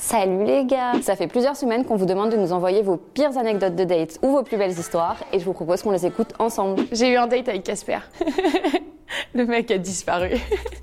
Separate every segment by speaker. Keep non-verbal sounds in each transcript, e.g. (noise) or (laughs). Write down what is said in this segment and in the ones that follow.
Speaker 1: Salut les gars Ça fait plusieurs semaines qu'on vous demande de nous envoyer vos pires anecdotes de dates ou vos plus belles histoires et je vous propose qu'on les écoute ensemble.
Speaker 2: J'ai eu un date avec Casper. (laughs) Le mec a disparu.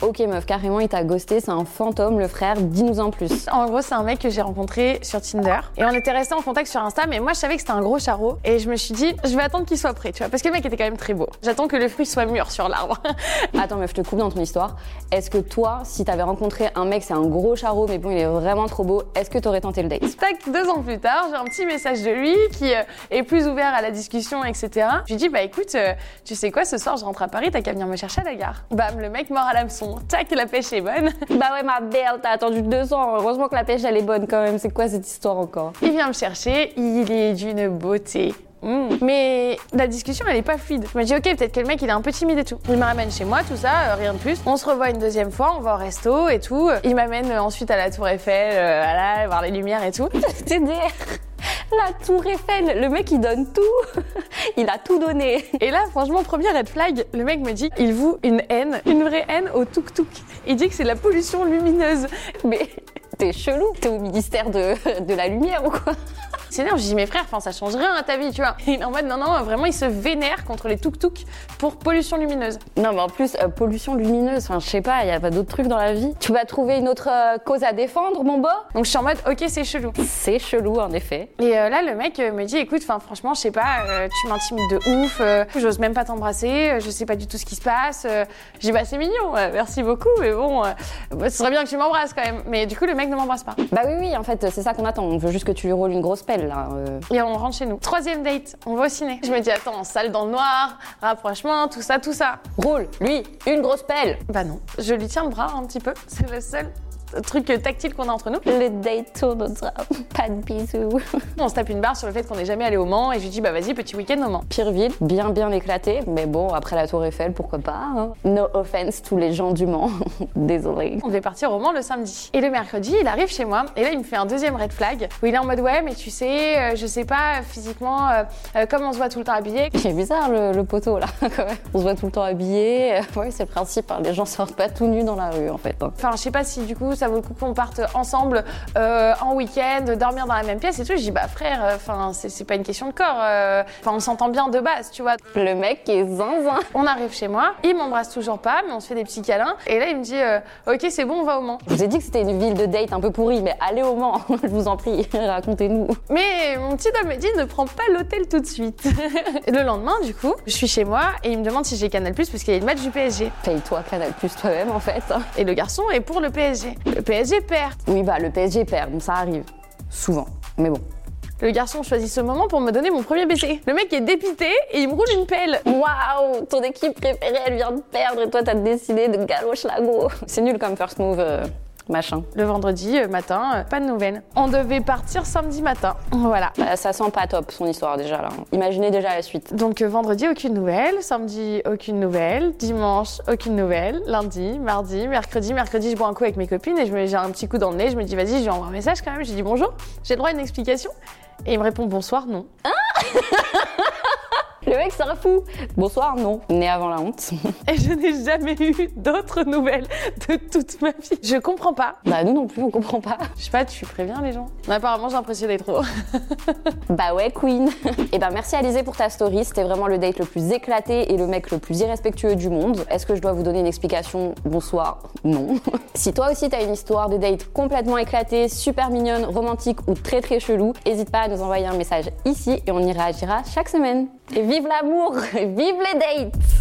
Speaker 1: Ok meuf, carrément il t'a ghosté, c'est un fantôme le frère, dis-nous en (laughs) plus.
Speaker 2: En gros, c'est un mec que j'ai rencontré sur Tinder. Et on était restés en contact sur Insta, mais moi, je savais que c'était un gros charreau. Et je me suis dit, je vais attendre qu'il soit prêt, tu vois. Parce que le mec était quand même très beau. J'attends que le fruit soit mûr sur l'arbre. (laughs)
Speaker 1: Attends meuf, je te coupe dans ton histoire. Est-ce que toi, si t'avais rencontré un mec, c'est un gros charreau mais bon il est vraiment trop beau, est-ce que t'aurais tenté le date
Speaker 2: Tac, deux ans plus tard, j'ai un petit message de lui qui euh, est plus ouvert à la discussion, etc. Je lui dis, bah écoute, euh, tu sais quoi, ce soir, je rentre à Paris, t'as qu'à venir me chercher à la gare. Bam, le mec mort à l'hameçon. Tac, la pêche est bonne.
Speaker 1: (laughs) Bah ouais ma belle, t'as attendu deux ans, heureusement que la pêche elle est bonne quand même, c'est quoi cette histoire encore
Speaker 2: Il vient me chercher, il est d'une beauté. Mm. Mais la discussion, elle est pas fluide. Je me dis, ok, peut-être que le mec, il est un peu timide et tout. Il me ramène chez moi, tout ça, euh, rien de plus. On se revoit une deuxième fois, on va au resto et tout. Il m'amène euh, ensuite à la Tour Eiffel, euh, voilà, voir les lumières et tout.
Speaker 1: TDR (laughs) La tour Eiffel, le mec il donne tout, (laughs) il a tout donné.
Speaker 2: Et là, franchement, premier red flag, le mec me dit, il voue une haine, une vraie haine au tuk-tuk. Il dit que c'est de la pollution lumineuse.
Speaker 1: Mais (laughs) t'es chelou, t'es au ministère de, de la lumière ou quoi
Speaker 2: C'est énorme, je dis, mais frère, enfin, ça change rien à ta vie, tu vois. Il est en mode, non, non, vraiment, il se vénère contre les tuk-tuk pour pollution lumineuse.
Speaker 1: Non, mais en plus, euh, pollution lumineuse, enfin, je sais pas, il y a pas d'autres trucs dans la vie. Tu vas trouver une autre euh, cause à défendre, mon beau
Speaker 2: Donc je suis en mode, ok, c'est chelou.
Speaker 1: C'est chelou, en effet.
Speaker 2: Et euh, là, le mec euh, me dit, écoute, enfin, franchement, je sais pas, euh, tu m'intimides de ouf, euh, j'ose même pas t'embrasser, euh, je sais pas du tout ce qui se passe. euh. J'ai dit, bah, c'est mignon, euh, merci beaucoup, mais bon, euh, bah, ce serait bien que tu m'embrasses quand même. Mais du coup, le mec ne m'embrasse pas.
Speaker 1: Bah oui, oui, en fait, c'est ça qu'on attend. On veut juste que tu lui roules une grosse pelle, là. euh.
Speaker 2: Et on rentre chez nous. Troisième date, on va au ciné. Je me dis, attends, salle dans le noir, rapprochement, tout ça, tout ça.
Speaker 1: Roule, lui, une grosse pelle
Speaker 2: Bah non, je lui tiens le bras un petit peu, c'est le seul truc tactile qu'on a entre nous.
Speaker 1: Le date tournera, pas de bisous.
Speaker 2: On se tape une barre sur le fait qu'on n'est jamais allé au Mans et je lui dis, bah vas-y, petit week-end au Mans.
Speaker 1: Pire ville, bien bien éclatée, mais bon, après la tour Eiffel, pourquoi pas. hein. No offense, tous les gens du Mans, (laughs) désolé.
Speaker 2: On devait partir au Mans le samedi. Et le mercredi, il arrive chez moi et là, il me fait un deuxième red flag où il est en mode ouais, mais tu sais, euh, je sais pas physiquement euh, euh, comme on se voit tout le
Speaker 1: (laughs)
Speaker 2: temps habillé.
Speaker 1: C'est bizarre le, le poteau là, (laughs) quand même. On se voit tout le temps habillé. (laughs) Oui, c'est le principe, hein, les gens sortent pas tout nus dans la rue en fait. hein.
Speaker 2: Enfin, je sais pas si du coup ça vaut le coup qu'on parte ensemble euh, en week-end, dormir dans la même pièce et tout. Je dis bah frère, euh, enfin c'est c'est pas une question de corps. euh, Enfin on s'entend bien de base, tu vois.
Speaker 1: Le mec est zinzin.
Speaker 2: On arrive chez moi, il m'embrasse toujours pas, mais on se fait des petits câlins. Et là il me dit euh, ok c'est bon, on va au Mans.
Speaker 1: Je vous ai dit que c'était une ville de date un peu pourrie, mais allez au Mans, (laughs) je vous en prie, racontez-nous.
Speaker 2: Mais mon petit doigt me dit ne prends pas l'hôtel tout de suite. (laughs) le lendemain, du coup, je suis chez moi et il me demande si j'ai Canal Plus parce qu'il y a une match du PSG.
Speaker 1: Paye-toi Canal Plus toi-même en fait. hein.
Speaker 2: Et le garçon est pour le PSG. Le PSG perd.
Speaker 1: Oui, bah le PSG perd, donc ça arrive. Souvent. Mais bon.
Speaker 2: Le garçon choisit ce moment pour me donner mon premier baiser. Le mec est dépité et il me roule une pelle.
Speaker 1: Waouh Ton équipe préférée, elle vient de perdre et toi t'as décidé de galoche lago. (laughs) C'est nul comme first move, euh, machin.
Speaker 2: Le vendredi euh, matin, euh, pas de nouvelles. On devait partir samedi matin. Voilà.
Speaker 1: Bah, ça sent pas top son histoire déjà là. hein. Imaginez déjà la suite.
Speaker 2: Donc euh, vendredi, aucune nouvelle. Samedi, aucune nouvelle. Dimanche, aucune nouvelle. Lundi, mardi, mercredi. Mercredi, je bois un coup avec mes copines et je me- j'ai un petit coup dans le nez. Je me dis, vas-y, je lui envoie un message quand même. J'ai dit bonjour. J'ai le droit à une explication. Et il me répond bonsoir, non. (laughs)
Speaker 1: Le mec sera fou. Bonsoir, non. Né avant la honte.
Speaker 2: Et je n'ai jamais eu d'autres nouvelles de toute ma vie. Je comprends pas.
Speaker 1: bah nous non plus, on comprend pas.
Speaker 2: Je sais pas, tu préviens les gens. Apparemment, j'ai l'impression d'être trop.
Speaker 1: Bah ouais, Queen. et ben merci Alizé pour ta story. C'était vraiment le date le plus éclaté et le mec le plus irrespectueux du monde. Est-ce que je dois vous donner une explication Bonsoir, non. (laughs) si toi aussi t'as une histoire de date complètement éclatée, super mignonne, romantique ou très très chelou, hésite pas à (laughs) nous envoyer un message ici et on y réagira chaque semaine. Et vive l'amour, et vive les dates.